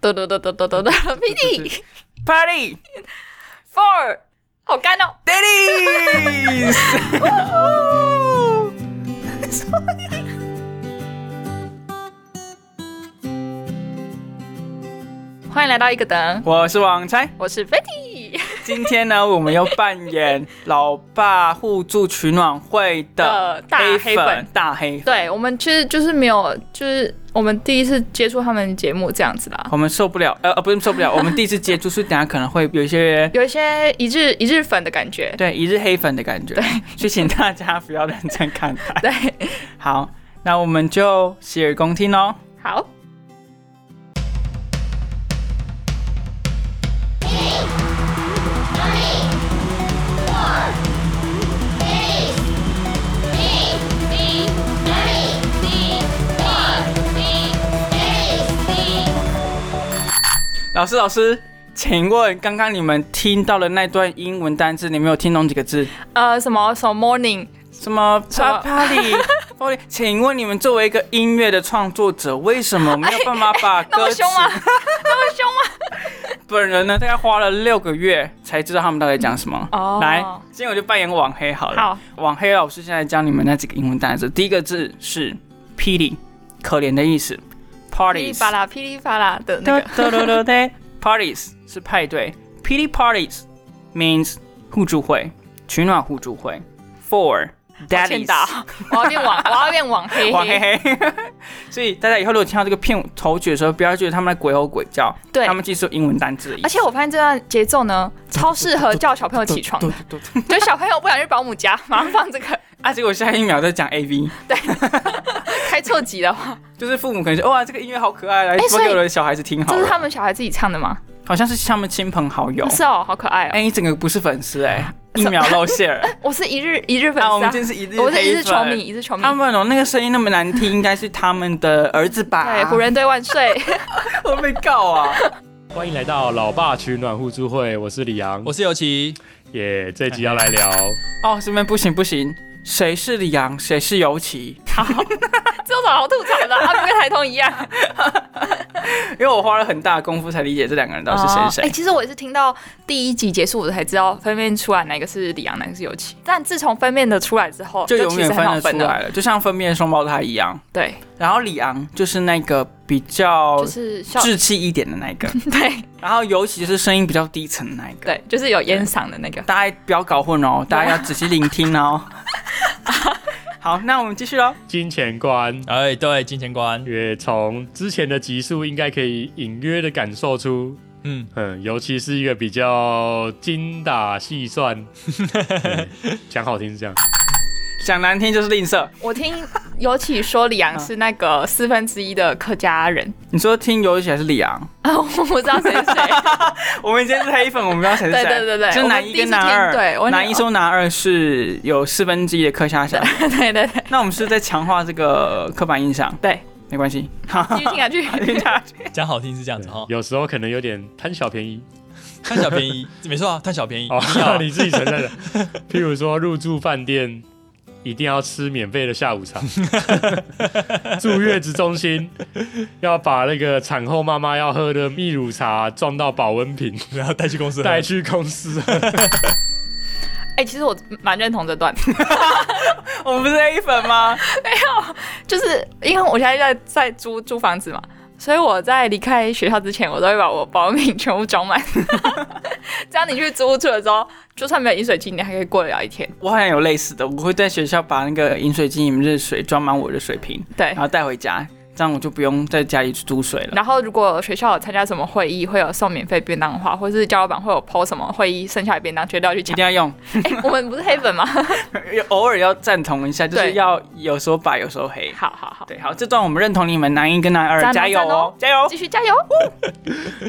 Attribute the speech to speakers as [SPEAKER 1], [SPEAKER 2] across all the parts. [SPEAKER 1] 哒哒哒哒哒 哒哒，PD
[SPEAKER 2] Party
[SPEAKER 1] Four，好干哦。
[SPEAKER 2] Daddies，
[SPEAKER 1] 欢迎来到一个等，
[SPEAKER 2] 我是王猜。
[SPEAKER 1] 我是 Betty
[SPEAKER 2] 今天呢，我们要扮演老爸互助取暖会的
[SPEAKER 1] 的大黑
[SPEAKER 2] 黑
[SPEAKER 1] 粉
[SPEAKER 2] 大黑粉。
[SPEAKER 1] 对，我们其实就是没有，就是我们第一次接触他们节目这样子啦。
[SPEAKER 2] 我们受不了，呃呃，不是 受不了，我们第一次接触，所以等一下可能会有一些
[SPEAKER 1] 有一些一日一日粉的感觉。
[SPEAKER 2] 对一日黑粉的感觉，所以请大家不要认真 看待。
[SPEAKER 1] 对，
[SPEAKER 2] 好，那我们就洗耳恭听哦喽。
[SPEAKER 1] 好，
[SPEAKER 2] 老师，老师，请问刚刚你们听到的那段英文单字，你们有听懂几个字？
[SPEAKER 1] 呃，什么什么 morning，
[SPEAKER 2] 什么
[SPEAKER 1] 什么
[SPEAKER 2] pa- party party？请问你们作为一个音乐的创作者，为什么没有办法 把
[SPEAKER 1] 那
[SPEAKER 2] 歌
[SPEAKER 1] 么
[SPEAKER 2] 词？
[SPEAKER 1] 凶吗？那么凶吗？
[SPEAKER 2] 本人呢，大概花了六个月才知道他们到底讲什么。
[SPEAKER 1] 哦
[SPEAKER 2] 来，今天我就扮演网黑好了。
[SPEAKER 1] 好，
[SPEAKER 2] 网黑老师现在教你们那几个英文单词。第一个字是“霹雳”，可怜的意思
[SPEAKER 1] 噼里
[SPEAKER 2] ；parties，
[SPEAKER 1] 啪啦噼里啪啦的那个。
[SPEAKER 2] 哒哒哒哒哒 parties 是派对，pity parties means 互助会，取暖互助会。Four
[SPEAKER 1] 欠
[SPEAKER 2] daddies，
[SPEAKER 1] 打，我要变网，我要变 网黑
[SPEAKER 2] 哇嘿嘿。 所以大家以后如果听到这个片头曲的时候，不要觉得他们在鬼吼鬼叫，
[SPEAKER 1] 对
[SPEAKER 2] 他们其实有英文单字的意思。
[SPEAKER 1] 而且我发现这段节奏呢，超适合叫小朋友起床
[SPEAKER 2] 对
[SPEAKER 1] 的。
[SPEAKER 2] 对对。
[SPEAKER 1] 就是小朋友不想去保姆家，马上放这个。
[SPEAKER 2] 啊，结果下一秒在讲 A
[SPEAKER 1] 嗯
[SPEAKER 2] V，
[SPEAKER 1] 开错集的话，
[SPEAKER 2] 就是父母可能说哇这个音乐好可爱，来啊
[SPEAKER 1] 哎
[SPEAKER 2] 播
[SPEAKER 1] 所以
[SPEAKER 2] 给我的小孩子听好
[SPEAKER 1] 这是
[SPEAKER 2] 了。
[SPEAKER 1] 他们小孩自己唱的吗？
[SPEAKER 2] 好像是他们亲朋好友。
[SPEAKER 1] 是哦，好可爱哦。
[SPEAKER 2] 哎，你整个不是粉丝哎，一秒露 馅儿。
[SPEAKER 1] 我是一日一日粉
[SPEAKER 2] 啊，我们
[SPEAKER 1] 丝
[SPEAKER 2] 真是一日
[SPEAKER 1] 啊，我是一
[SPEAKER 2] 黑
[SPEAKER 1] 日球
[SPEAKER 2] 粉
[SPEAKER 1] 迷，一日球迷
[SPEAKER 2] 他。们哦，那个声音那么难听，应该是他们的儿子吧？
[SPEAKER 1] 对，湖哎 人队万岁！
[SPEAKER 2] 会被告啊！
[SPEAKER 3] 欢迎来到老爸取暖互助会，我是李阳，
[SPEAKER 4] 我是尤其，
[SPEAKER 3] 耶这集要来聊，
[SPEAKER 2] 哦，这边不行不行，谁是李阳，谁是尤其？
[SPEAKER 1] 这有什么好吐槽的啊？不跟台通一样。
[SPEAKER 2] 因为我花了很大的功夫才理解这两个人 到底是谁是
[SPEAKER 1] 哦哎，
[SPEAKER 2] 谁。
[SPEAKER 1] 其实我也是听到第一集结束，我才知道分辨出来哪个是李阳，哪个是尤其。但自从分辨的出来之后，
[SPEAKER 2] 就
[SPEAKER 1] 其
[SPEAKER 2] 永
[SPEAKER 1] 实
[SPEAKER 2] 远
[SPEAKER 1] 很好
[SPEAKER 2] 得出
[SPEAKER 1] 的。
[SPEAKER 2] 来了，就像分辨双胞胎一样。
[SPEAKER 1] 对，
[SPEAKER 2] 然后李昂就是那个比较
[SPEAKER 1] 就是笑，
[SPEAKER 2] 稚气一点的那个，
[SPEAKER 1] 对
[SPEAKER 2] 然后尤其是声音比较低沉的那个。
[SPEAKER 1] 对，就是有烟嗓的那个。
[SPEAKER 2] 大家不要搞混 哦，大家要仔细聆听哦。好，那我们继续喽。
[SPEAKER 3] 金钱观。
[SPEAKER 4] 哎，对，金钱观，
[SPEAKER 3] 也从之前的集数应该可以隐约的感受出，
[SPEAKER 4] 嗯，
[SPEAKER 3] 嗯，尤其是一个比较精打细 算，嗯讲好听是这样，
[SPEAKER 2] 讲难听就是吝啬。
[SPEAKER 1] 我听尤其说李
[SPEAKER 2] 啊
[SPEAKER 1] 阳是那个四分之一的客家人
[SPEAKER 2] 你说听尤其还是李昂？
[SPEAKER 1] 啊，我不知道谁 是谁。
[SPEAKER 2] 我们今天是黑粉，我们不知道谁是谁。
[SPEAKER 1] 对对对对
[SPEAKER 2] 就是男一跟男
[SPEAKER 1] 我们第一
[SPEAKER 2] 二。
[SPEAKER 1] 次听对我
[SPEAKER 2] 男一说男二是有四分之一的刻下小。
[SPEAKER 1] 对对对，
[SPEAKER 2] 那我们是在强化这个刻板印象。
[SPEAKER 1] 对，
[SPEAKER 2] 没关系。好，
[SPEAKER 1] 继续听下
[SPEAKER 2] 继续
[SPEAKER 1] 去。
[SPEAKER 2] 下去
[SPEAKER 4] 讲好听是这样子
[SPEAKER 3] 对
[SPEAKER 4] 哈，
[SPEAKER 3] 有时候可能有点贪小便宜
[SPEAKER 4] 贪小 便宜，没错啊，贪小便宜，
[SPEAKER 3] 哦
[SPEAKER 4] 一定要，
[SPEAKER 3] 你自己承认的。譬如说入住饭店一定要吃免费的下午 茶，住月子中心要把那个产后妈妈要喝的泌乳茶装到保温瓶。
[SPEAKER 4] 然后带去公司喝，
[SPEAKER 3] 带去公 司，
[SPEAKER 1] 哎、其实我蛮认同这段，
[SPEAKER 2] 我们不是黑粉 吗？
[SPEAKER 1] 就是因为我现在在在租租房子嘛，所以我在离开学校之前，我都会把我保温瓶全部装满。 这样你去租屋处的时候，就算没有饮水机，你还可以过得了一天。
[SPEAKER 2] 我好像有类似的，我会在学校把那个饮水机里面的水装满我的水瓶，
[SPEAKER 1] 对
[SPEAKER 2] 然。后带回家，这样我就不用在家里租水了。
[SPEAKER 1] 然后，如果学校有参加什么会议，会有送免费便当的话，或是教老板会有 PO 什么会议剩下的便当，绝对要去
[SPEAKER 2] 一
[SPEAKER 1] 抢。
[SPEAKER 2] 定要用，
[SPEAKER 1] 哎、我们不是黑粉吗？
[SPEAKER 2] 偶尔要赞同一下，就是
[SPEAKER 1] 对
[SPEAKER 2] 要有时候白，有时候黑。
[SPEAKER 1] 好好好，
[SPEAKER 2] 对，好，这段我们认同你们男一跟男二，
[SPEAKER 1] 赞哦
[SPEAKER 2] 加油
[SPEAKER 1] 赞
[SPEAKER 2] 哦
[SPEAKER 1] 哦，
[SPEAKER 2] 加油！
[SPEAKER 1] 继续加油！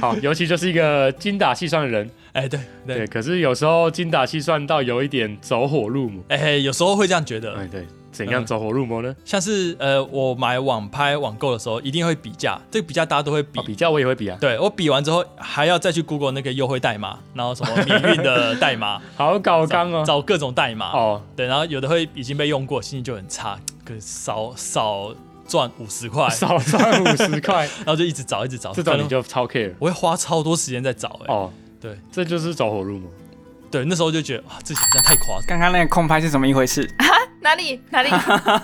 [SPEAKER 3] 好，尤其就是一个精打细算的人，
[SPEAKER 4] 哎，对
[SPEAKER 3] 对。
[SPEAKER 4] 对，
[SPEAKER 3] 可是有时候精打细算到有一点走火入魔，
[SPEAKER 4] 哎，有时候会这样觉得
[SPEAKER 3] 哎，，对，怎样走火入魔呢？
[SPEAKER 4] 像是呃，我买网拍网购的时候，一定会比价，这个比价大家都会比
[SPEAKER 3] 哦，，比较我也会比啊，
[SPEAKER 4] 对我比完之后，还要再去 Google 那个优惠代码，然后什 么免运的代码，
[SPEAKER 3] 好搞
[SPEAKER 4] 找
[SPEAKER 3] 刚哦，
[SPEAKER 4] 找各种代码，
[SPEAKER 3] 哦，
[SPEAKER 4] 对，然后有的会已经被用过，心情就很差，可是少少赚五十块，
[SPEAKER 3] 少赚五十 块，
[SPEAKER 4] 然后就一直找，一直找。
[SPEAKER 3] 这种你
[SPEAKER 4] 反正
[SPEAKER 3] 就超 care
[SPEAKER 4] 我会花超多时间在找、哎、
[SPEAKER 3] 哦。
[SPEAKER 4] 对，
[SPEAKER 3] 这就是走火入魔。
[SPEAKER 4] 对，那时候就觉得啊，自己好像太夸张。
[SPEAKER 2] 刚刚那个空拍是怎么一 回事？
[SPEAKER 1] 哪里哪里？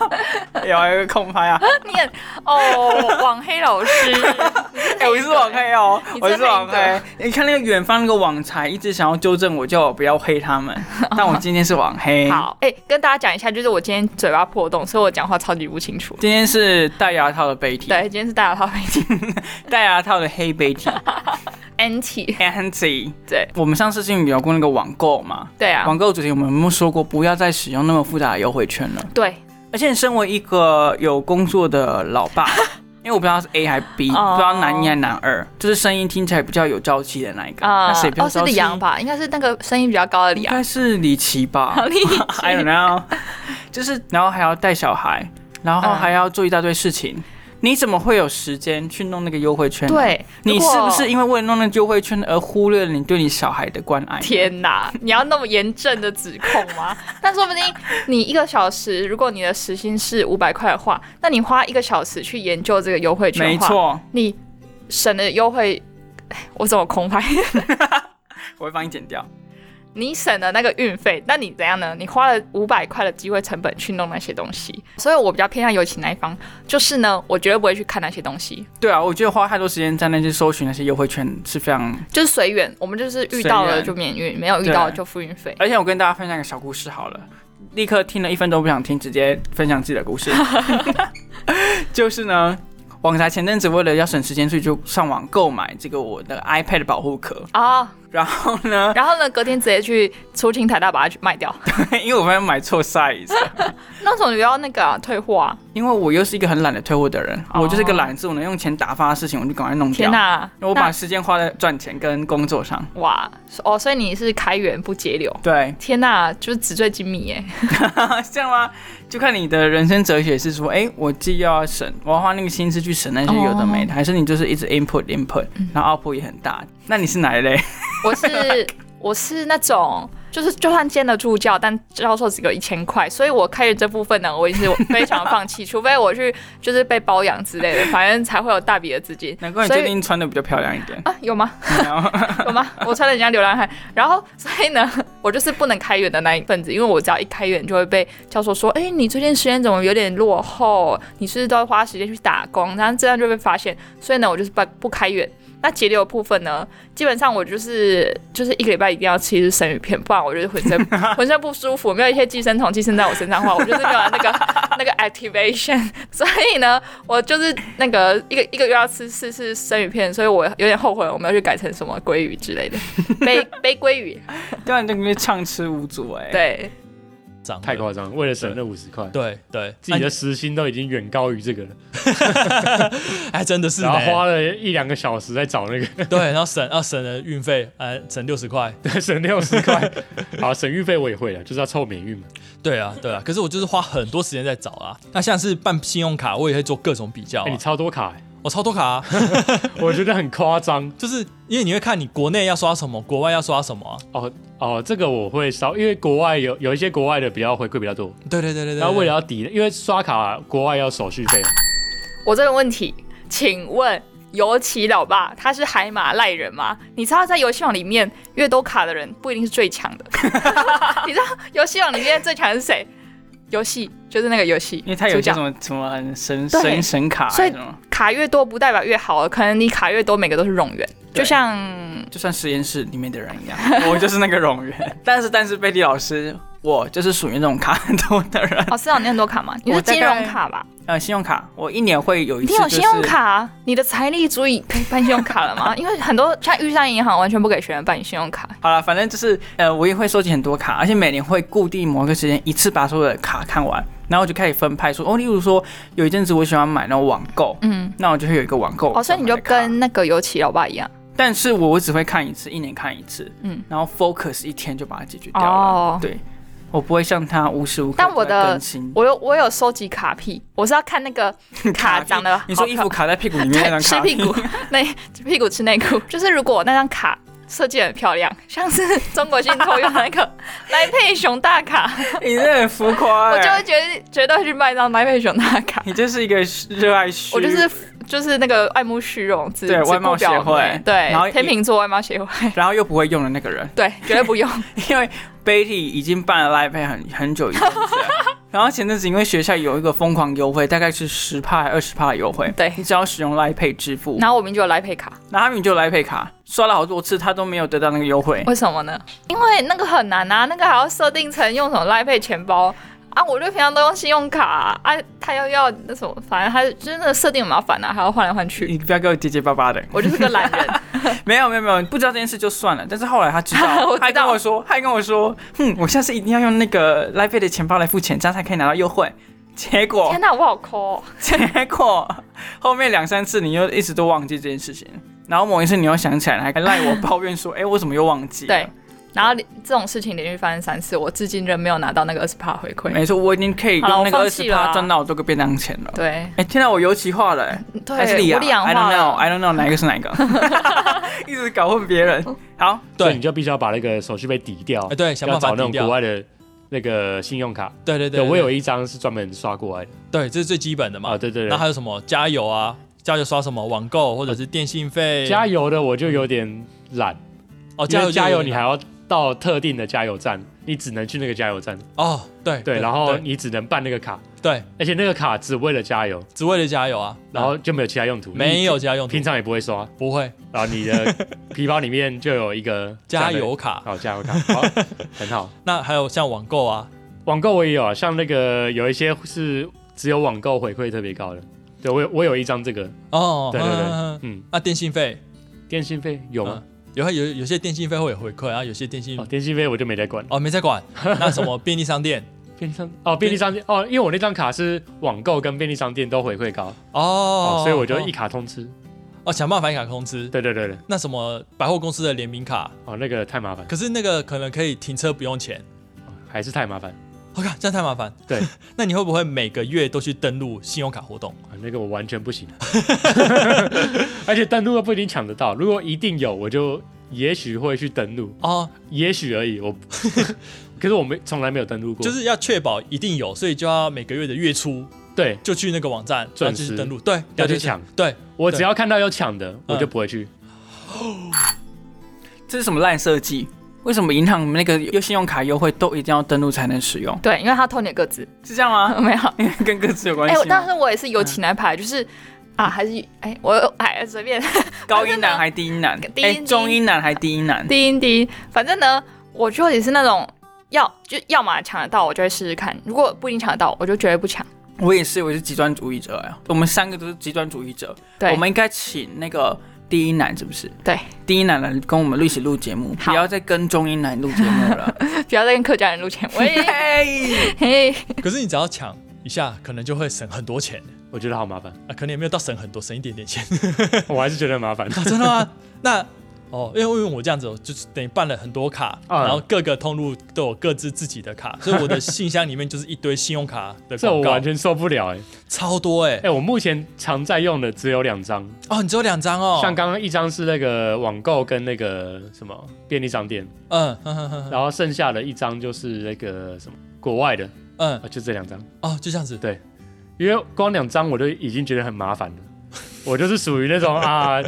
[SPEAKER 2] 有啊有一个空拍啊！
[SPEAKER 1] 你很哦，网黑老师，
[SPEAKER 2] 哎、我是网黑哦，
[SPEAKER 1] 你
[SPEAKER 2] 我
[SPEAKER 1] 真
[SPEAKER 2] 是
[SPEAKER 1] 的
[SPEAKER 2] 网
[SPEAKER 1] 很
[SPEAKER 2] 黑
[SPEAKER 1] 黑。
[SPEAKER 2] 你看那个远方那个网才一直想要纠正我，叫我不要黑 他们，但我今天是网黑。，
[SPEAKER 1] 好，哎、跟大家讲一下，就是我今天嘴巴破洞，所以我讲话超级不清楚。
[SPEAKER 2] 今天是戴牙套的背体，
[SPEAKER 1] 对，，今天是大家套飞机
[SPEAKER 2] 戴牙套的黑背体
[SPEAKER 1] anti，
[SPEAKER 2] ，anti。
[SPEAKER 1] 对
[SPEAKER 2] 我们上次是聊过那个网购嘛？
[SPEAKER 1] 对啊，
[SPEAKER 2] 网购主题我们有没有说过，不要再使用那么复杂的优惠券了。
[SPEAKER 1] 对，
[SPEAKER 2] 而且身为一个有工作的老 爸，因为我不知道是 A 还是 B，、
[SPEAKER 1] 哦
[SPEAKER 2] 不知道男一还是男二，就是声音听起来比较有朝气的那一个。
[SPEAKER 1] 啊、
[SPEAKER 2] 那谁比较
[SPEAKER 1] 哦是
[SPEAKER 2] 朝
[SPEAKER 1] 李
[SPEAKER 2] 气？
[SPEAKER 1] 阳吧？应该是那个声音比较高的李
[SPEAKER 2] 应
[SPEAKER 1] 阳。
[SPEAKER 2] 该是李琦吧
[SPEAKER 1] 李琦
[SPEAKER 2] ？I don't know。就是，然后还要带小孩，然
[SPEAKER 1] 嗯
[SPEAKER 2] 后还要做一大堆事情。你怎么会有时间去弄那个优惠券？，
[SPEAKER 1] 对，
[SPEAKER 2] 你
[SPEAKER 1] 如果
[SPEAKER 2] 是不是因为为了弄那个优惠券而忽略了你对你小孩的关爱？
[SPEAKER 1] 天哪！你要那么严正的指控吗？ 但说不定你一个小时，如果你的时薪是五百块的话，那你花一个小时去研究这个优惠券，
[SPEAKER 2] 没，错，
[SPEAKER 1] 你省的优惠，哎我怎么空拍？
[SPEAKER 2] 我会帮你剪掉。
[SPEAKER 1] 你省了那个运费，那你怎样呢？你花了五百块的机会成本去弄那些东西，所以我比较偏向尤其那一方，就是呢，我绝对不会去看那些东西，
[SPEAKER 2] 对啊，我觉得花太多时间在那些搜寻那些优惠券是非常
[SPEAKER 1] 就是随缘，我们就是遇到
[SPEAKER 2] 随
[SPEAKER 1] 了
[SPEAKER 2] 缘
[SPEAKER 1] 就免运，没有遇到
[SPEAKER 2] 对
[SPEAKER 1] 就付运费。
[SPEAKER 2] 而且我跟大家分享一个小故事好了，立刻听了一分钟不想听，直接分享自己 的故事。 就是呢，网才前阵子为了要省时间，所以就上网购买这个我的 iPad 保护壳。
[SPEAKER 1] 啊、
[SPEAKER 2] 然后呢，
[SPEAKER 1] 然后呢，隔天直接去出清台大把它去卖掉。
[SPEAKER 2] 因为我发现买错 size，
[SPEAKER 1] 那种也要那个啊、退货啊！
[SPEAKER 2] 因为我又是一个很懒得退货的人，
[SPEAKER 1] 哦
[SPEAKER 2] 我就是一个懒字，我能用钱打发的事情，我就赶快弄掉
[SPEAKER 1] 天。哪，
[SPEAKER 2] 我把
[SPEAKER 1] 那
[SPEAKER 2] 时间花在赚钱跟工作上。
[SPEAKER 1] 哇哦，所以你是开源不节流。
[SPEAKER 2] 对，
[SPEAKER 1] 天哪，就是纸醉金迷耶！
[SPEAKER 2] 这样吗？就看你的人生哲学是说，哎、我既要省，我要花那个心思去省那些有的没的，
[SPEAKER 1] 哦
[SPEAKER 2] 还是你就是一直 input input，
[SPEAKER 1] 嗯
[SPEAKER 2] 然后 output 也很大？那你是哪一类？
[SPEAKER 1] 我是 我是那种，就是就算兼了助教，但教授只给我一千块，所以我开源这部分呢，我也是非常放弃， 除非我去就是被包养之类的，反正才会有大笔的资金。
[SPEAKER 2] 难怪你
[SPEAKER 1] 所以。
[SPEAKER 2] 最近穿的比较漂亮一点
[SPEAKER 1] 啊，有吗？
[SPEAKER 2] 然后
[SPEAKER 1] 有吗？我穿了人家流浪汉，然后所以呢，我就是不能开源的那一份子，因为我只要一开源就会被教授说，哎、你最近时间怎么有点落后？你是不是都要花时间去打工？然后这样就会被发现，所以呢，我就是不不开源。那节流的部分呢，基本上我就是就是一个礼拜一定要吃一次生鱼片，不然我就是浑身浑身不舒服，没有一些寄生虫寄生在我身上的话，我就是没有那个那个 activation。所以呢，我就是那个一个一个月要吃四次生鱼片，所以我有点后悔，我们要去改成什么鲑鱼之 类的，背背鲑鱼。
[SPEAKER 2] 对啊，你这个畅吃无阻 哎、，
[SPEAKER 1] 对，
[SPEAKER 4] 长得
[SPEAKER 3] 太夸张，为了省那五十块，
[SPEAKER 4] 对对，
[SPEAKER 3] 自己
[SPEAKER 4] 啊
[SPEAKER 3] 的时薪都已经远高于这个了，
[SPEAKER 4] 还哎真的是呢
[SPEAKER 3] 然后花了一两个小时在找那个，
[SPEAKER 4] 对，然后省啊省了运费，呃，省六十块。
[SPEAKER 3] 对，省六十块。 好，省运费我也会了，就是要凑免运嘛。
[SPEAKER 4] 对啊，对啊，可是我就是花很多时间在找啊。那像是办信用卡，我也会做各种比较、
[SPEAKER 3] 哎，
[SPEAKER 4] 啊
[SPEAKER 3] 你。超多卡欸，
[SPEAKER 4] 我、超多卡、啊，
[SPEAKER 3] 我觉得很夸张。
[SPEAKER 4] 就是因为你会看你国内要刷什么，国外要刷什么、啊。
[SPEAKER 3] 哦哦，这个我会烧，因为国外有有一些国外的比较回馈比较多，
[SPEAKER 4] 对对对对对。
[SPEAKER 3] 然后为了
[SPEAKER 4] 对
[SPEAKER 3] 要抵，因为刷卡国外要手续费嘛，
[SPEAKER 1] 我这个问题，请问尤其老爸他是海马赖人吗？你知道在游戏网里面越多卡的人不一定是最强 的，你知道游戏网里面最强是谁？游戏就是那个游戏，
[SPEAKER 2] 因为它有
[SPEAKER 1] 主
[SPEAKER 2] 些
[SPEAKER 1] 角
[SPEAKER 2] 什么什么很神
[SPEAKER 1] 对
[SPEAKER 2] 神神卡
[SPEAKER 1] 所
[SPEAKER 2] 还
[SPEAKER 1] 以
[SPEAKER 2] 是什么，
[SPEAKER 1] 卡越多不代表越好，可能你卡越多每个都是冗员，
[SPEAKER 2] 对
[SPEAKER 1] 就像
[SPEAKER 2] 就像实验室里面的人一样， 我就是那个冗员。但是但是贝蒂老师，我就是属于那种卡很多的人。
[SPEAKER 1] 哦 老师长你很多卡吗？你是
[SPEAKER 2] 我大概
[SPEAKER 1] 金融卡吧？
[SPEAKER 2] 呃，信用卡，我一年会有一
[SPEAKER 1] 你
[SPEAKER 2] 次、
[SPEAKER 1] 有
[SPEAKER 2] 就是。
[SPEAKER 1] 信用卡，啊你的财力足以可以办信用卡了 吗？因为很多像玉山银行完全不给学员办信用卡，
[SPEAKER 2] 好了，反正就是呃，我也会收集很多卡，而且每年会固定某个时间一次把所有的卡看完，然后我就开始分派说，哦，例如说有一阵子我喜欢买那种网购，
[SPEAKER 1] 嗯，
[SPEAKER 2] 那我就会有一个网购
[SPEAKER 1] 哦，所以你就
[SPEAKER 2] 专门的卡
[SPEAKER 1] 跟那个尤其老爸一样，
[SPEAKER 2] 但是我我只会看一次，一年看一次，嗯
[SPEAKER 1] 嗯，
[SPEAKER 2] 然后 focus 一天就把它解决掉了，
[SPEAKER 1] 哦，
[SPEAKER 2] 对，我不会像他无时无刻
[SPEAKER 1] 但我
[SPEAKER 2] 都在
[SPEAKER 1] 的
[SPEAKER 2] 更新。
[SPEAKER 1] 我有我有收集卡屁，我是要看那 个卡长得好
[SPEAKER 2] 你说衣服卡在屁股里面那张
[SPEAKER 1] 吃
[SPEAKER 2] 卡，
[SPEAKER 1] 屁股内屁股吃内裤，就是如果那张卡设计得很漂亮，像是中国信托用那 个来配熊大卡，
[SPEAKER 2] 你这很浮夸、
[SPEAKER 1] 我
[SPEAKER 2] 欸，
[SPEAKER 1] 就会觉得绝对去卖一张来配熊大卡。
[SPEAKER 2] 你就是一个热爱虚，
[SPEAKER 1] 我就是就是那个爱慕虚荣，自
[SPEAKER 2] 对
[SPEAKER 1] 自
[SPEAKER 2] 外貌
[SPEAKER 1] 不表
[SPEAKER 2] 协会
[SPEAKER 1] 妹对，
[SPEAKER 2] 然后
[SPEAKER 1] 天秤座外貌协会，
[SPEAKER 2] 然后又不会用的那个人，
[SPEAKER 1] 对，绝对 不用。
[SPEAKER 2] 因为 Betty 已经办了 Live Pay 很很久一阵 子了，然后前阵子因为学校有一个疯狂优惠，大概是十帕还二十帕的优惠，
[SPEAKER 1] 对
[SPEAKER 2] 你只要使用 Live Pay 支付，
[SPEAKER 1] 然后我明就有来配卡，
[SPEAKER 2] 那他们就有 Live Pay 卡刷了好多次，他都没有得到那个优惠，
[SPEAKER 1] 为什么呢？因为那个很难啊，那个还要设定成用什么来配钱包啊，我就平常都用信用卡啊，啊他要要那什么，反正他就是那个设定很麻烦啊，还要换来换去。
[SPEAKER 2] 你不要给我结结巴巴的，
[SPEAKER 1] 我就是个懒 人，
[SPEAKER 2] 没有没有没有，不知道这件事就算了，但是后来他知道，
[SPEAKER 1] 我知道
[SPEAKER 2] 他还跟我说，他还跟我说，哼，我下次一定要用那个 Live Pay 的钱包来付钱，这样才可以拿到优惠。 结果
[SPEAKER 1] 天哪，我好抠、哦。
[SPEAKER 2] 结果后面两三次你又一直都忘记这件事情，然后某一次你又想起来，还赖我抱怨说：“ 哎、我怎么又忘记了？”
[SPEAKER 1] 对，然后连这种事情连续发生三次，我至今仍没有拿到那个二十帕回馈。
[SPEAKER 2] 没错，我已经可以
[SPEAKER 1] 好了
[SPEAKER 2] 用那个
[SPEAKER 1] 我
[SPEAKER 2] 二
[SPEAKER 1] 放
[SPEAKER 2] 十
[SPEAKER 1] 弃了
[SPEAKER 2] 趴
[SPEAKER 1] 啊
[SPEAKER 2] 赚到我多个便当钱了。
[SPEAKER 1] 对
[SPEAKER 2] 哎、天哪，我油漆化了、哎
[SPEAKER 1] 对，
[SPEAKER 2] 还是你
[SPEAKER 1] 我
[SPEAKER 2] 啊
[SPEAKER 1] 两
[SPEAKER 2] ？I
[SPEAKER 1] 化
[SPEAKER 2] don't
[SPEAKER 1] 了。
[SPEAKER 2] know，I don't know 哪一个是哪一个， 一直搞混别人。好，
[SPEAKER 3] 所以你
[SPEAKER 4] 对，
[SPEAKER 3] 就必须要把那个手续费抵掉
[SPEAKER 4] 哎，，对，想
[SPEAKER 3] 要
[SPEAKER 4] 办法
[SPEAKER 3] 找那
[SPEAKER 4] 抵
[SPEAKER 3] 种
[SPEAKER 4] 掉
[SPEAKER 3] 国。外的那个信用卡。
[SPEAKER 4] 对对
[SPEAKER 3] 对，我
[SPEAKER 4] 对
[SPEAKER 3] 有一张是专门刷国外的
[SPEAKER 4] 对，这是最基本的
[SPEAKER 3] 啊，
[SPEAKER 4] 嘛。
[SPEAKER 3] 对对
[SPEAKER 4] 然后
[SPEAKER 3] 对，
[SPEAKER 4] 还有什么加油啊？加油刷什么网购或者是电信费？
[SPEAKER 3] 加油的我就有点懒，
[SPEAKER 4] 哦，
[SPEAKER 3] 因
[SPEAKER 4] 加
[SPEAKER 3] 为
[SPEAKER 4] 油
[SPEAKER 3] 加油你还
[SPEAKER 4] 还
[SPEAKER 3] 要到特定的加油站，你只能去那个加油站，
[SPEAKER 4] 哦，对
[SPEAKER 3] 对，然后
[SPEAKER 4] 对
[SPEAKER 3] 你只能办那个卡，
[SPEAKER 4] 对，
[SPEAKER 3] 而且那个卡只为了加油，
[SPEAKER 4] 只为了加油啊，
[SPEAKER 3] 然后就没有其他用途，
[SPEAKER 4] 没有其他用
[SPEAKER 3] 你
[SPEAKER 4] 途，
[SPEAKER 3] 平常也不会刷，
[SPEAKER 4] 不会
[SPEAKER 3] 然后你 的皮包里面就有一个
[SPEAKER 4] 加
[SPEAKER 3] 这样的
[SPEAKER 4] 油卡。
[SPEAKER 3] 哦，加油卡，好， 很好。
[SPEAKER 4] 那还有像网购啊，
[SPEAKER 3] 网购我也有啊，像那个有一些是只有网购回馈特别高的，对我有我有一张这个，
[SPEAKER 4] 哦，
[SPEAKER 3] 对对对
[SPEAKER 4] 嗯嗯嗯
[SPEAKER 3] 嗯，
[SPEAKER 4] 那电信费
[SPEAKER 3] 电信费有吗？
[SPEAKER 4] 有有有些电信费会有回馈，啊然后有些电信
[SPEAKER 3] 哦，电信费我就没在管。
[SPEAKER 4] 哦没在 管。那什么便利商店
[SPEAKER 3] 便利商哦，便利商店哦，因为我那张卡是网购跟便利商店都回馈高，哦
[SPEAKER 4] 哦，
[SPEAKER 3] 所以我就一卡通吃。
[SPEAKER 4] 哦想办法一卡通吃。
[SPEAKER 3] 对对对对，
[SPEAKER 4] 那什么百货公司的联名卡，
[SPEAKER 3] 哦，那个太麻烦，哦
[SPEAKER 4] 可是那个可能可以停车不用钱。
[SPEAKER 3] 还是太麻烦。
[SPEAKER 4] 我靠，这样太麻烦。
[SPEAKER 3] 对，
[SPEAKER 4] 那你会不会每个月都去登录信用卡活动？
[SPEAKER 3] 啊那个我完全不行， 而且登录又不一定抢得到。如果一定有，我就也许会去登录，
[SPEAKER 4] 哦，
[SPEAKER 3] 也许而已。我， 可是我没从来没有登录过，
[SPEAKER 4] 就是要确保一定有，所以就要每个月的月初
[SPEAKER 3] 对
[SPEAKER 4] 就去那个网站，然
[SPEAKER 3] 准
[SPEAKER 4] 后就
[SPEAKER 3] 时
[SPEAKER 4] 去登录，对，
[SPEAKER 3] 要去
[SPEAKER 4] 对
[SPEAKER 3] 抢。
[SPEAKER 4] 对，
[SPEAKER 3] 我
[SPEAKER 4] 对嗯
[SPEAKER 3] 只要看到有抢的，我就不会去。
[SPEAKER 2] 这是什么烂设计？为什么银行那个优信用卡优惠都一定要登录才能使用？
[SPEAKER 1] 对，因为他偷你的个子，
[SPEAKER 2] 是这样吗？
[SPEAKER 1] 没有。
[SPEAKER 2] 跟各自有关
[SPEAKER 1] 哎、
[SPEAKER 2] 系
[SPEAKER 1] 我
[SPEAKER 2] 吗？
[SPEAKER 1] 但是我也是有请来排，就是啊，还是哎、我哎随便
[SPEAKER 2] 高音男还低音男？
[SPEAKER 1] 低
[SPEAKER 2] 哎、
[SPEAKER 1] 音
[SPEAKER 2] 中音男还低音 男？
[SPEAKER 1] 低音低音，反正呢，我就也是那种要就要么抢得到，我就会试试看；如果不一定抢得到，我就绝对不抢。
[SPEAKER 2] 我也是，我是极端主义者啊呀。我们三个都是极端主义者。
[SPEAKER 1] 对，
[SPEAKER 2] 我们应该请那个低音男，是不是？
[SPEAKER 1] 对，
[SPEAKER 2] 低音男来跟我们一起录节目，
[SPEAKER 1] 好
[SPEAKER 2] 不要再跟中音男录节目了。
[SPEAKER 1] 不要再跟客家人录 钱。 喂，
[SPEAKER 2] 嘿，
[SPEAKER 1] 嘿，
[SPEAKER 4] 可是你只要抢一下，可能就会省很多钱
[SPEAKER 3] 我觉得好麻 烦，
[SPEAKER 4] 啊，可能也没有到省很多，省一点点钱，
[SPEAKER 3] 我还是觉得很麻烦。
[SPEAKER 4] 啊、真的吗？那哦，因为因为我这样子，我就是等于办了很多卡，
[SPEAKER 3] 嗯
[SPEAKER 4] 然后各个通路都有各自自己的卡，所以我的信箱里面就是一堆信用卡 的
[SPEAKER 3] 这我
[SPEAKER 4] 广告
[SPEAKER 3] 完，全受不了哎、
[SPEAKER 4] 超多哎、
[SPEAKER 3] 哎、我目前常在用的只有两张，
[SPEAKER 4] 哦，你只有两张哦，
[SPEAKER 3] 像刚刚一张是那个网购跟那个什么便利商店，
[SPEAKER 4] 嗯嗯嗯嗯
[SPEAKER 3] 然后剩下的一张就是那个什么国外的，
[SPEAKER 4] 嗯
[SPEAKER 3] 啊，就这两张。
[SPEAKER 4] 哦，就这样子，
[SPEAKER 3] 对因为光两张我就已经觉得很麻烦了。我就是属于那种啊，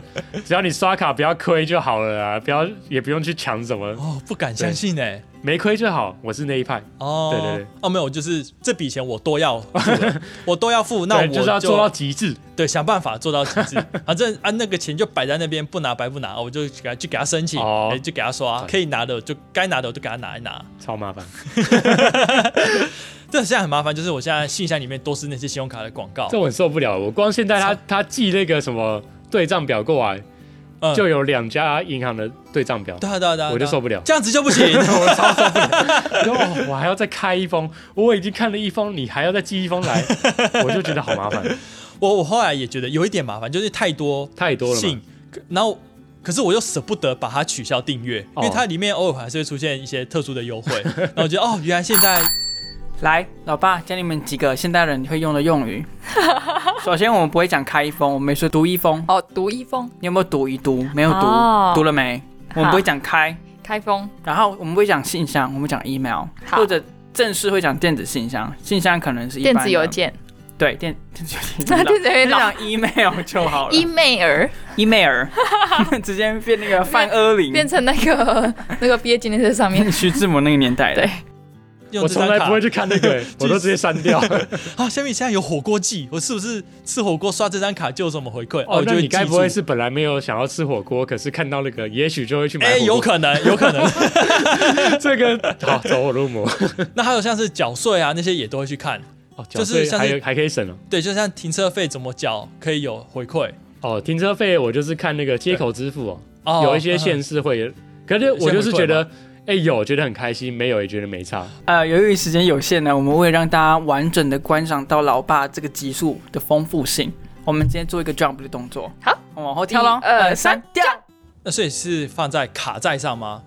[SPEAKER 3] 只要你刷卡不要亏就好了啊，不要也不用去抢什么，
[SPEAKER 4] 哦，不敢相信哎、
[SPEAKER 3] 没亏就好。我是那一派，
[SPEAKER 4] 哦，
[SPEAKER 3] 对对对，
[SPEAKER 4] 哦，没有，就是这笔钱我都要付 了，我都要付，那我
[SPEAKER 3] 对就是要做到极致。
[SPEAKER 4] 对想办法做到极 致，反正啊那个钱就摆在那边，不拿白不拿，我就给他就给他申请，
[SPEAKER 3] 哦
[SPEAKER 4] 哎就给他刷，
[SPEAKER 3] 对
[SPEAKER 4] 可以拿的就该拿的我就给他拿一拿。
[SPEAKER 3] 超麻烦，
[SPEAKER 4] 这现在很麻烦，就是我现在信箱里面都是那些信用卡的广告，
[SPEAKER 3] 这我很受不了。我光现在他他寄那个什么对账表过来，
[SPEAKER 4] 嗯
[SPEAKER 3] 就有两家银行的对账表，
[SPEAKER 4] 对啊对啊对啊，
[SPEAKER 3] 我就
[SPEAKER 4] 对啊
[SPEAKER 3] 受不了。
[SPEAKER 4] 这样子 就不行，
[SPEAKER 3] 然后哦我还要再开一封，我已经看了一封，你还要再寄一封来，我就觉得好麻 烦，
[SPEAKER 4] 我我后来也觉得有一点麻烦，就是太多
[SPEAKER 3] 太多了嘛
[SPEAKER 4] 信。，可然后可是我又舍不得把它取消订阅，因为
[SPEAKER 3] 哦
[SPEAKER 4] 它里面偶尔还是会出现一些特殊的优惠， 然后我觉得哦，原来现在
[SPEAKER 2] 来，老爸教你们几个现代人会用的用 语。首先，我们不会讲开封，我们说读一封。
[SPEAKER 1] 哦，读一封，
[SPEAKER 2] 你有没有读一读？没有读，
[SPEAKER 1] 哦
[SPEAKER 2] 读了没？我们不会讲开，
[SPEAKER 1] 开封
[SPEAKER 2] 然后我们不会讲信箱，我们讲 email，
[SPEAKER 1] 好
[SPEAKER 2] 或者正式会讲电子信箱，信箱可能是一般
[SPEAKER 1] 电
[SPEAKER 2] 的
[SPEAKER 1] 子邮，件，
[SPEAKER 2] 对电电子邮件
[SPEAKER 1] 电
[SPEAKER 2] 不知道，
[SPEAKER 1] 子邮件
[SPEAKER 2] 就
[SPEAKER 1] 老 E
[SPEAKER 2] 讲 email 就好了
[SPEAKER 1] email
[SPEAKER 2] ，email 直接变那个范柯林，
[SPEAKER 1] 变成那个 那个毕业纪念册上 面，
[SPEAKER 2] 徐志摩那个年代的
[SPEAKER 1] 对，
[SPEAKER 4] 用
[SPEAKER 3] 我
[SPEAKER 4] 这
[SPEAKER 3] 从
[SPEAKER 4] 张
[SPEAKER 3] 来
[SPEAKER 4] 卡
[SPEAKER 3] 不会去看那个、欸我都直接删掉。
[SPEAKER 4] 啊，下面现在有火锅季，我是不是吃火锅刷这张卡就有什么回馈？
[SPEAKER 3] 哦
[SPEAKER 4] 我，就
[SPEAKER 3] 那
[SPEAKER 4] 会
[SPEAKER 3] 你
[SPEAKER 4] 记
[SPEAKER 3] 该不会
[SPEAKER 4] 住
[SPEAKER 3] 是本来没有想要吃火锅，可是看到那个，也许就会去买
[SPEAKER 4] 哎、
[SPEAKER 3] 火锅？
[SPEAKER 4] 有可 能，有可能。
[SPEAKER 3] 这个好走火入魔。
[SPEAKER 4] 那还有像是缴税啊，那些也都会去看。
[SPEAKER 3] 哦，
[SPEAKER 4] 就
[SPEAKER 3] 就是是
[SPEAKER 4] 像
[SPEAKER 3] 还
[SPEAKER 4] 是
[SPEAKER 3] 有还可以省哦。
[SPEAKER 4] 对，就像停车费怎么缴，可以有回馈。
[SPEAKER 3] 哦，停车费我就是看那个接口支付
[SPEAKER 4] 哦
[SPEAKER 3] 哦，有一些县市会，可是我就是觉
[SPEAKER 4] 有
[SPEAKER 3] 得，哎，有觉得很开心，没有也觉得没差。
[SPEAKER 2] 呃，由于时间有限呢，我们为了让大家完整的观赏到老爸这个集数的丰富性，我们今天做一个 jump 的动作。
[SPEAKER 1] 好，
[SPEAKER 2] 我们往后
[SPEAKER 1] 跳咯
[SPEAKER 2] 呃，
[SPEAKER 1] 二
[SPEAKER 2] 三
[SPEAKER 1] 三
[SPEAKER 2] 跳。
[SPEAKER 4] 嗯那所以是放在卡债上吗？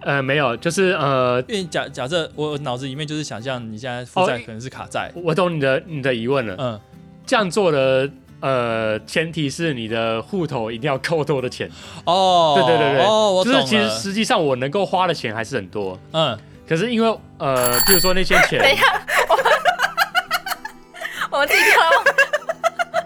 [SPEAKER 3] 呃，没有，就是呃，
[SPEAKER 4] 因为假假设我脑子里面就是想象你现在负债可能是卡债，
[SPEAKER 3] 我懂你的你的疑问了。
[SPEAKER 4] 嗯，
[SPEAKER 3] 这样做的呃前提是你的户头一定要扣多的钱，
[SPEAKER 4] 哦，
[SPEAKER 3] 对对对对
[SPEAKER 4] 哦，我
[SPEAKER 3] 就
[SPEAKER 4] 懂了，
[SPEAKER 3] 是其实实际上我能够花的钱还是很多，
[SPEAKER 4] 嗯，
[SPEAKER 3] 可是因为呃，比如说那些钱，
[SPEAKER 1] 我们自己挑，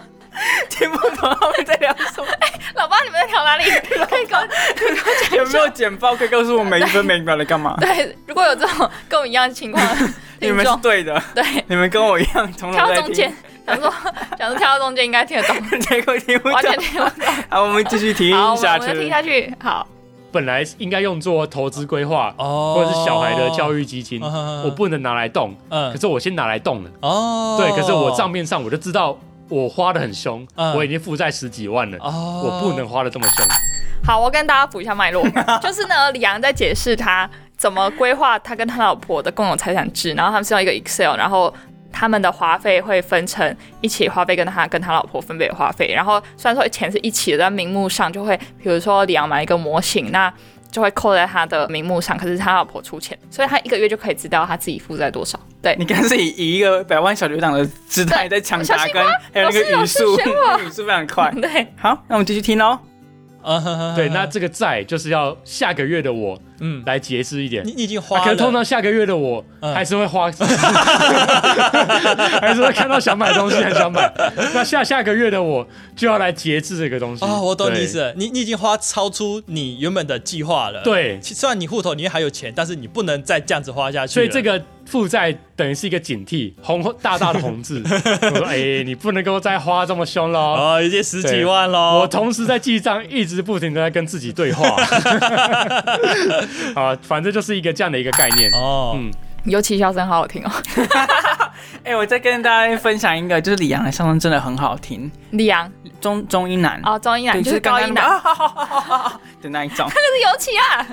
[SPEAKER 2] 听不懂他们在聊什么，
[SPEAKER 1] 老爸你们在挑 哪里？可以跟我
[SPEAKER 2] 有没有简报可以告诉我每一分每一秒在干 嘛？
[SPEAKER 1] 对，如果有这种跟我一样的情况，
[SPEAKER 2] 你
[SPEAKER 1] 听
[SPEAKER 2] 们是
[SPEAKER 1] 众
[SPEAKER 2] 对的，
[SPEAKER 1] 对
[SPEAKER 2] 你们跟 我一样，从头
[SPEAKER 1] 挑到
[SPEAKER 2] 在
[SPEAKER 1] 中间
[SPEAKER 2] 听，，
[SPEAKER 1] 想说 想说挑到中间应该听得懂，
[SPEAKER 2] 结果听不
[SPEAKER 1] 完全
[SPEAKER 2] 懂。
[SPEAKER 1] 听不懂。
[SPEAKER 2] 好，我们继续听
[SPEAKER 1] 好，我
[SPEAKER 2] 下
[SPEAKER 1] 们我们听
[SPEAKER 2] 去。
[SPEAKER 1] 下去。好，
[SPEAKER 3] 本来应该用作投资规划
[SPEAKER 4] 哦，
[SPEAKER 3] 或者是小孩的教育基金，
[SPEAKER 4] 嗯，嗯
[SPEAKER 3] 我，不能拿来动，
[SPEAKER 4] 嗯
[SPEAKER 3] 可，是我先拿来动了。
[SPEAKER 4] 哦，
[SPEAKER 3] 对，可是我账，面上我就知道我花的很凶，
[SPEAKER 4] 嗯
[SPEAKER 3] 我已经负债十几万了，
[SPEAKER 4] 哦，
[SPEAKER 3] 我不能，花的这么凶。
[SPEAKER 1] 好，我跟大家补一下 脉络，就是呢，李阳在解释他怎么规划他跟他老婆的共有财产制，然后他们是用一个 Excel，然后。他们的花费会分成一起花费跟他跟他老婆分别的花费，然后虽然说钱是一起的，但名目上就会，比如说李阳买一个模型，那就会扣在他的名目上，可是他老婆出钱，所以他一个月就可以知道他自己负债多少。对，
[SPEAKER 2] 你刚才是以以一个百万小学党的姿态在抢答跟，还有那个
[SPEAKER 1] 老
[SPEAKER 2] 语
[SPEAKER 1] 师老师
[SPEAKER 2] 速，
[SPEAKER 1] 选。
[SPEAKER 2] 那个语速非常快
[SPEAKER 1] 对，
[SPEAKER 2] 好，那我们继续听哦喽。
[SPEAKER 4] 嗯哼哼
[SPEAKER 3] 对，那这个债就是要下个月的我
[SPEAKER 4] 嗯，
[SPEAKER 3] 来节制一点
[SPEAKER 4] 你。你已经
[SPEAKER 3] 啊、
[SPEAKER 4] 花
[SPEAKER 3] 可
[SPEAKER 4] 了，
[SPEAKER 3] 是通常下个月的我
[SPEAKER 4] 嗯
[SPEAKER 3] 还是会花， 还是会看到想买的东西很想 买。那下下个月的我就要来节制这个东西。
[SPEAKER 4] 哦，我懂
[SPEAKER 3] 嗯
[SPEAKER 4] 你
[SPEAKER 3] 对
[SPEAKER 4] 意思。了，你你已经花超出你原本的计划了，。
[SPEAKER 3] 对，
[SPEAKER 4] 其虽然你户头里面还有钱，但是你不能再这样子花下去
[SPEAKER 3] 所
[SPEAKER 4] 了。
[SPEAKER 3] 以这个负债等于是一个警惕，红大大的红 字。我说，哎、你不能够再花这么凶喽。
[SPEAKER 4] 哦，已经十几万
[SPEAKER 3] 我
[SPEAKER 4] 喽。
[SPEAKER 3] 同时在记账，一直不停的在跟自己对 话。啊，反正就是一个这样的一个概念。
[SPEAKER 4] 哦，
[SPEAKER 3] 嗯
[SPEAKER 1] 尤其笑声好好听哦。
[SPEAKER 2] 哎、我再跟大家分享一个，就是李阳的相声真的很好听，
[SPEAKER 1] 李阳
[SPEAKER 2] 中中音男，
[SPEAKER 1] 哦，中音男
[SPEAKER 2] 对，
[SPEAKER 1] 就是高音男，
[SPEAKER 2] 刚刚那个啊 的那一种。
[SPEAKER 1] 这是尤其啊，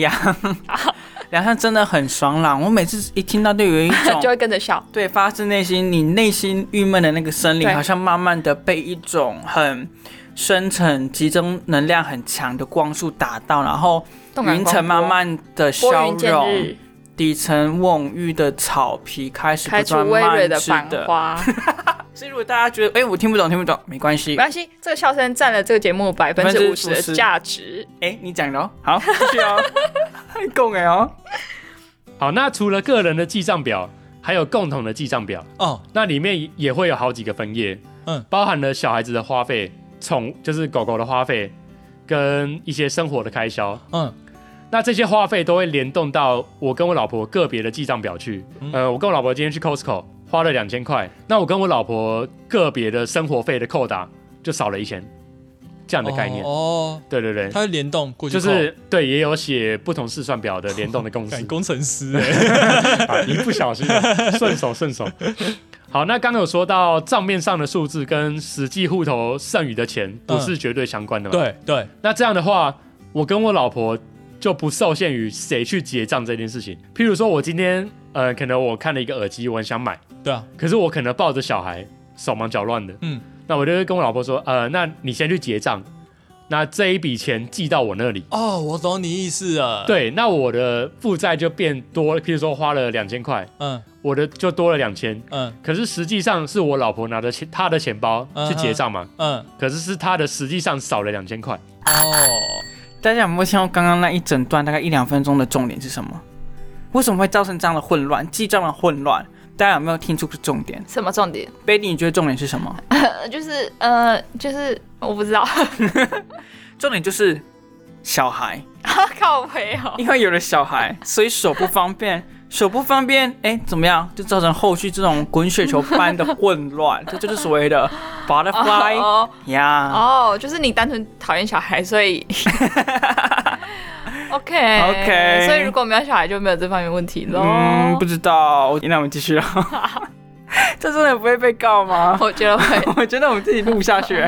[SPEAKER 2] 阳，李阳真的很爽朗，我每次一听到就有一 种
[SPEAKER 1] 就会跟着笑。
[SPEAKER 2] 对发自内心，你内心郁闷的那个森林，
[SPEAKER 1] 对
[SPEAKER 2] 好像慢慢的被一种很深沉、集中能量很强的光束打到，然后
[SPEAKER 1] 动感
[SPEAKER 2] 云层慢
[SPEAKER 1] 光波
[SPEAKER 2] 慢的
[SPEAKER 1] 拨
[SPEAKER 2] 消
[SPEAKER 1] 云见
[SPEAKER 2] 融，
[SPEAKER 1] 日，
[SPEAKER 2] 底层蓊郁的草皮开始
[SPEAKER 1] 开
[SPEAKER 2] 不
[SPEAKER 1] 出
[SPEAKER 2] 断
[SPEAKER 1] 微蕊
[SPEAKER 2] 蔓
[SPEAKER 1] 的
[SPEAKER 2] 枝
[SPEAKER 1] 繁
[SPEAKER 2] 的。
[SPEAKER 1] 花。
[SPEAKER 2] 所以如果大家觉得，哎、我听不懂，听不懂，没关 系
[SPEAKER 1] 没，关系，这个笑声占了这个节目百分之五十的
[SPEAKER 2] 50%
[SPEAKER 1] 价值。
[SPEAKER 2] 哎、你讲的哦，好，继续哦，够哎 哦，
[SPEAKER 3] 好，那除了个人的记账表，还有共同的记账表，
[SPEAKER 4] 哦，
[SPEAKER 3] 那里面也会有好几个分页，
[SPEAKER 4] 嗯
[SPEAKER 3] 嗯，包含了小孩子的花费、宠就是狗狗的花费，跟一些生活的开销。
[SPEAKER 4] 嗯，
[SPEAKER 3] 那这些花费都会联动到我跟我老婆个别的记账表去。
[SPEAKER 4] 嗯
[SPEAKER 3] 呃，我跟我老婆今天去 Costco 花了两千块，那我跟我老婆个别的生活费的扣打就少了一千，这样的概念。
[SPEAKER 4] 哦，
[SPEAKER 3] 对对对
[SPEAKER 4] 它，会联动过
[SPEAKER 3] 就
[SPEAKER 4] 去扣，
[SPEAKER 3] 是对，也有写不同试算表的联动的 公式
[SPEAKER 4] 干。工程师哎，
[SPEAKER 3] 啊，一不小心的顺手顺手。好，那刚刚有说到账面上的数字跟实际户头剩余的钱不是绝对相关的嘛？
[SPEAKER 4] 对对，
[SPEAKER 3] 那这样的话，我跟我老婆就不受限于谁去结账这件事情。譬如说，我今天呃，可能我看了一个耳机，我很想买，
[SPEAKER 4] 对啊，
[SPEAKER 3] 可是我可能抱着小孩手忙脚乱的，
[SPEAKER 4] 嗯，
[SPEAKER 3] 那我就会跟我老婆说，呃，那你先去结账，那这一笔钱寄到我那里。
[SPEAKER 4] 哦，我懂你意思了。，
[SPEAKER 3] 对，那我的负债就变多了，譬如说花了两千块，
[SPEAKER 4] 嗯
[SPEAKER 3] 我的就多了两千，
[SPEAKER 4] 嗯
[SPEAKER 3] 可是实际上是我老婆拿着钱，她的钱包
[SPEAKER 4] 嗯哼
[SPEAKER 3] 去结账嘛，
[SPEAKER 4] 嗯，
[SPEAKER 3] 可是是她的实际上少了两千块。
[SPEAKER 4] 哦，
[SPEAKER 2] 大家有没有听到刚刚那一整段大概一两分钟的重点是什么？为什么会造成这样的混乱？记账的混乱，大家有没有听出个重点
[SPEAKER 1] 什么重点？
[SPEAKER 2] b a b y 你觉得重点是什么？
[SPEAKER 1] 呃，就是呃，就是我不知道，
[SPEAKER 2] 重点就是小孩，
[SPEAKER 1] 靠背哦。
[SPEAKER 2] 因为有了小 孩，所以手不方便，手不方便，哎、怎么样？就造成后续这种滚雪球般的混 乱，这就是所谓的 butterfly
[SPEAKER 1] 哦
[SPEAKER 2] 呀。
[SPEAKER 1] 哦，就是你单纯讨厌小孩，所 以 OK
[SPEAKER 2] OK
[SPEAKER 1] 所以如果没有小孩就没有这方面问题喽。
[SPEAKER 2] 嗯，不知道，那我们继续 了。这真的不会被告 吗？
[SPEAKER 1] 我觉得会
[SPEAKER 2] 我觉得我们自己录下 去、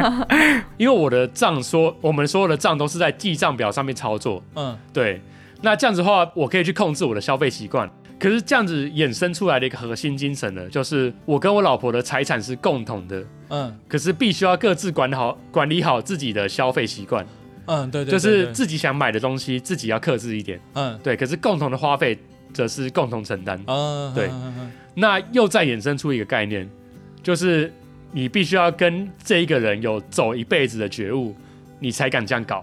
[SPEAKER 3] 因为我的账说，我们所有的账都是在记账表上面操作。
[SPEAKER 4] 嗯，
[SPEAKER 3] 对，那这样子的话，我可以去控制我的消费习惯。可是这样子衍生出来的一个核心精神呢，就是我跟我老婆的财产是共同的，
[SPEAKER 4] 嗯
[SPEAKER 3] 可是必须要各自管好管理好自己的消费习惯，
[SPEAKER 4] 嗯，对对，
[SPEAKER 3] 就
[SPEAKER 4] 对
[SPEAKER 3] 是
[SPEAKER 4] 对
[SPEAKER 3] 自己想买的东西自己要克制一点。
[SPEAKER 4] 嗯
[SPEAKER 3] 对，可是共同的花费则是共同承担。
[SPEAKER 4] 嗯
[SPEAKER 3] 对
[SPEAKER 4] 嗯嗯嗯
[SPEAKER 3] 那又再衍生出一个概念，就是你必须要跟这一个人有走一辈子的觉悟，你才敢这样搞。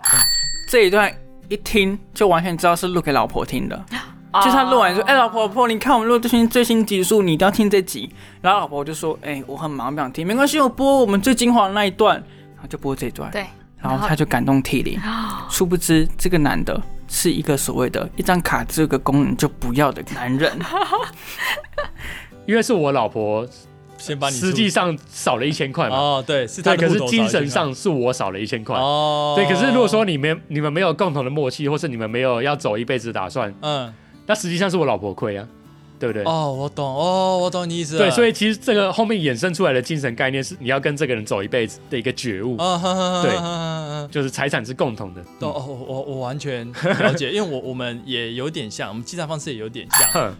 [SPEAKER 2] 这一段一听就完全知道是录给老婆听的，就是他
[SPEAKER 1] 哦
[SPEAKER 2] 录完
[SPEAKER 1] 啊
[SPEAKER 2] 说：“哎、老婆，老婆，你看我们录最新最新集数，你一定要听这集。”然后老婆就说：“哎、我很忙，不想听，没关系，我播我们最精华的那一段。”然后就播这一段，
[SPEAKER 1] 对，哦
[SPEAKER 2] 然后他就感动涕零。殊不知，这个男的是一个所谓的一张卡这个功能就不要的男 人。
[SPEAKER 3] 因为是我老婆，
[SPEAKER 4] 先把你
[SPEAKER 3] 实际上少了一千块嘛，
[SPEAKER 4] 哦，对，是他
[SPEAKER 3] 对，
[SPEAKER 4] 的
[SPEAKER 3] 可
[SPEAKER 4] 户
[SPEAKER 3] 是
[SPEAKER 4] 头
[SPEAKER 3] 精神
[SPEAKER 4] 少了
[SPEAKER 3] 上是我少了一千
[SPEAKER 4] 一千
[SPEAKER 3] 块
[SPEAKER 4] 块。哦，
[SPEAKER 3] 对，可是如果说你们你们没有共同的默契，或是你们没有要走一辈子的打算，
[SPEAKER 4] 嗯
[SPEAKER 3] 那实际上是我老婆亏啊，对不对？
[SPEAKER 4] 哦，我懂哦，我懂你意思了，
[SPEAKER 3] 对，所
[SPEAKER 4] 以
[SPEAKER 3] 以其实这个后面衍生出来的精神概念是你要跟这个人走一辈子的一个觉悟，
[SPEAKER 4] 嗯哼哼
[SPEAKER 3] 对嗯
[SPEAKER 4] 哼哼哼
[SPEAKER 3] 就是财产是共同的。
[SPEAKER 4] 哦，哦，我我我完全了解，因为我我们也有点像，我们计算方式也有点像。
[SPEAKER 3] 哼，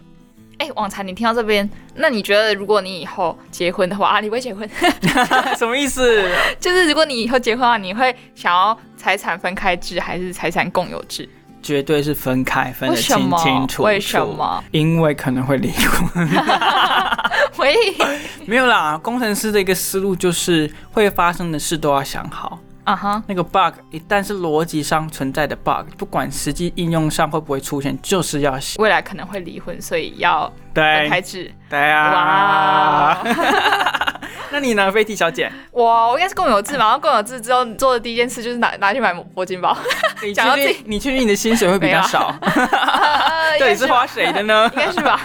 [SPEAKER 1] 哎、网才你听到这边，那你觉得如果你以后结婚的话，啊，你不会结婚，
[SPEAKER 2] 什么意思？
[SPEAKER 1] 就是如果你以后结婚的话，你会想要财产分开制还是财产共有制？
[SPEAKER 2] 绝对是分开，分得
[SPEAKER 1] 为什
[SPEAKER 2] 清
[SPEAKER 1] 么
[SPEAKER 2] 清楚楚。
[SPEAKER 1] 为什么？
[SPEAKER 2] 因为可能会离婚。
[SPEAKER 1] 喂，
[SPEAKER 2] 没有啦，工程师的一个思路就是会发生的事都要想好。
[SPEAKER 1] 啊哈，
[SPEAKER 2] 那个 bug 一旦是逻辑上存在的 bug，不管实际应用上会不会出现，就是要想。
[SPEAKER 1] 未来可能会离婚，所以要分开
[SPEAKER 2] 对，
[SPEAKER 1] 制。
[SPEAKER 2] 对啊。
[SPEAKER 1] 哇，
[SPEAKER 2] 那你呢，菲蒂小姐？
[SPEAKER 1] 我我应该是共有制嘛，然后共有制之后做的第一件事就是拿拿去买铂金 包，
[SPEAKER 2] 你
[SPEAKER 1] 讲到
[SPEAKER 2] 确定你确定你的薪水会比较 少？
[SPEAKER 1] 呃
[SPEAKER 2] 到底 是花谁的呢
[SPEAKER 1] 应？该是吧？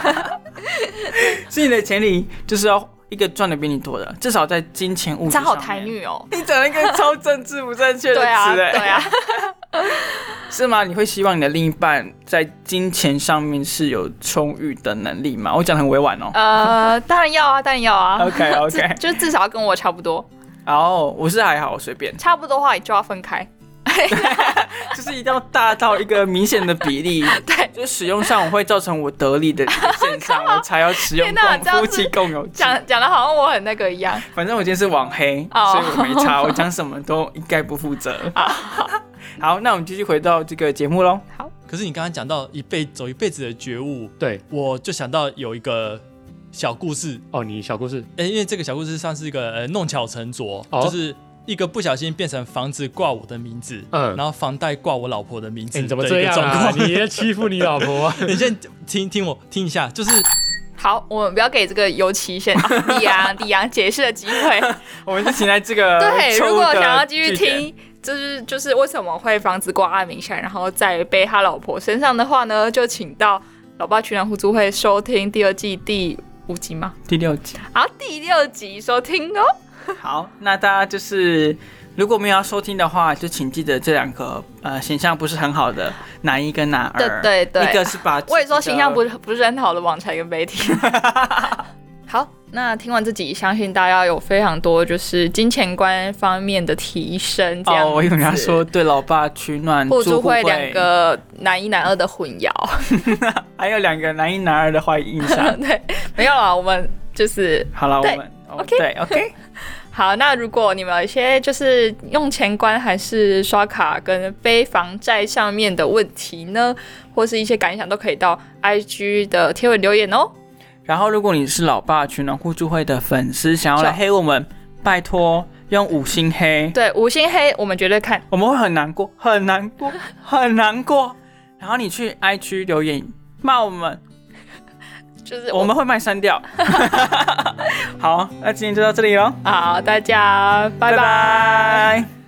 [SPEAKER 2] 是你的前提就是要一个赚的比你多的，至少在金钱物质
[SPEAKER 1] 渣
[SPEAKER 2] 上
[SPEAKER 1] 好
[SPEAKER 2] 面
[SPEAKER 1] 台。女 哦，
[SPEAKER 2] 你讲了一个超政治不正确的 词、
[SPEAKER 1] 对啊，
[SPEAKER 2] 哎
[SPEAKER 1] 对啊，
[SPEAKER 2] 是吗？你会希望你的另一半在金钱上面是有充裕的能力吗？我讲得很委婉 哦。
[SPEAKER 1] 呃，当然要啊，当然要 啊
[SPEAKER 2] OK
[SPEAKER 1] 至
[SPEAKER 2] OK，
[SPEAKER 1] 就至少要跟我差不多，
[SPEAKER 2] 哦，我是还好，我随便，
[SPEAKER 1] 差不多的话就要分开，
[SPEAKER 2] 就是一定要大到一个明显的比例，
[SPEAKER 1] 对，
[SPEAKER 2] 就使用上我会造成我得利的一个现象，我才要使用
[SPEAKER 1] 天哪这
[SPEAKER 2] 共
[SPEAKER 1] 样
[SPEAKER 2] 夫
[SPEAKER 1] 子
[SPEAKER 2] 妻共有制。
[SPEAKER 1] 讲讲的好像我很那个一样，
[SPEAKER 2] 反正我今天是网黑，
[SPEAKER 1] 哦
[SPEAKER 2] 所以我没差，我讲什么都一概不负 责。好，那我们继续回到这个节目喽。
[SPEAKER 4] 可是你刚刚讲到一辈走一辈子的觉悟，
[SPEAKER 3] 对，
[SPEAKER 4] 我就想到有一个小故事，
[SPEAKER 3] 哦，你小故事，
[SPEAKER 4] 诶，因为这个小故事算是一个呃弄巧成拙，
[SPEAKER 3] 哦
[SPEAKER 4] 就是一个不小心变成房子挂我的名字，
[SPEAKER 3] 嗯，
[SPEAKER 4] 然后房贷挂我老婆的名字
[SPEAKER 3] 哎你
[SPEAKER 4] 的一个
[SPEAKER 3] 怎么这
[SPEAKER 4] 状
[SPEAKER 3] 样啊？
[SPEAKER 4] 况。
[SPEAKER 3] 你也欺负你老婆、啊？
[SPEAKER 4] 你先听听我听一下，就是
[SPEAKER 1] 好，我们不要给这个尤其先啊李 阳李阳解释的机会，
[SPEAKER 2] 我们就请来这 个
[SPEAKER 1] 对，
[SPEAKER 2] 错
[SPEAKER 1] 如
[SPEAKER 2] 误
[SPEAKER 1] 果
[SPEAKER 2] 呃的
[SPEAKER 1] 想要继续
[SPEAKER 2] 据点，
[SPEAKER 1] 听。就是就是为什么会房子挂他名下，然后再背他老婆身上的话呢？就请到老爸群然互助会收听第二季第五集吗？
[SPEAKER 2] 第六集。
[SPEAKER 1] 好，第六集收 听哦。
[SPEAKER 2] 好，那大家就是如果没有要收听的话，就请记得这两个呃形象不是很好的男一跟男二，
[SPEAKER 1] 对对对
[SPEAKER 2] 一个是把
[SPEAKER 1] 我也说形象不
[SPEAKER 2] 是
[SPEAKER 1] 是不是很好的网才跟媒 体。好，那听完这集，相信大家有非常多就是金钱观方面的提升。这样
[SPEAKER 2] 哦，我以为你要
[SPEAKER 1] 子
[SPEAKER 2] 说对老爸取暖
[SPEAKER 1] 嗯互
[SPEAKER 2] 助
[SPEAKER 1] 助会两，个男一男二的混淆。
[SPEAKER 2] 还有两个男一男二的坏印 象。
[SPEAKER 1] 对，没有啦，我们就是
[SPEAKER 2] 好了，我
[SPEAKER 1] 对
[SPEAKER 2] 们哦
[SPEAKER 1] OK
[SPEAKER 2] 对 OK，
[SPEAKER 1] 好。那如果你们有一些就是用钱观还是刷卡跟非房债上面的问题呢，或是一些感想，都可以到 IG 的贴文留言哦。
[SPEAKER 2] 然后如果你是老爸取暖互助会的粉丝，想要来
[SPEAKER 1] 就
[SPEAKER 2] 黑我们，拜托。用五星黑，
[SPEAKER 1] 对，五星黑我们绝对看，
[SPEAKER 2] 我们会很难过，很难 过，很难过。然后你去 I 区留言骂我们，
[SPEAKER 1] 就是
[SPEAKER 2] 我们会卖 删掉。好，那今天就到这里喽，
[SPEAKER 1] 好，大家拜拜。
[SPEAKER 2] 拜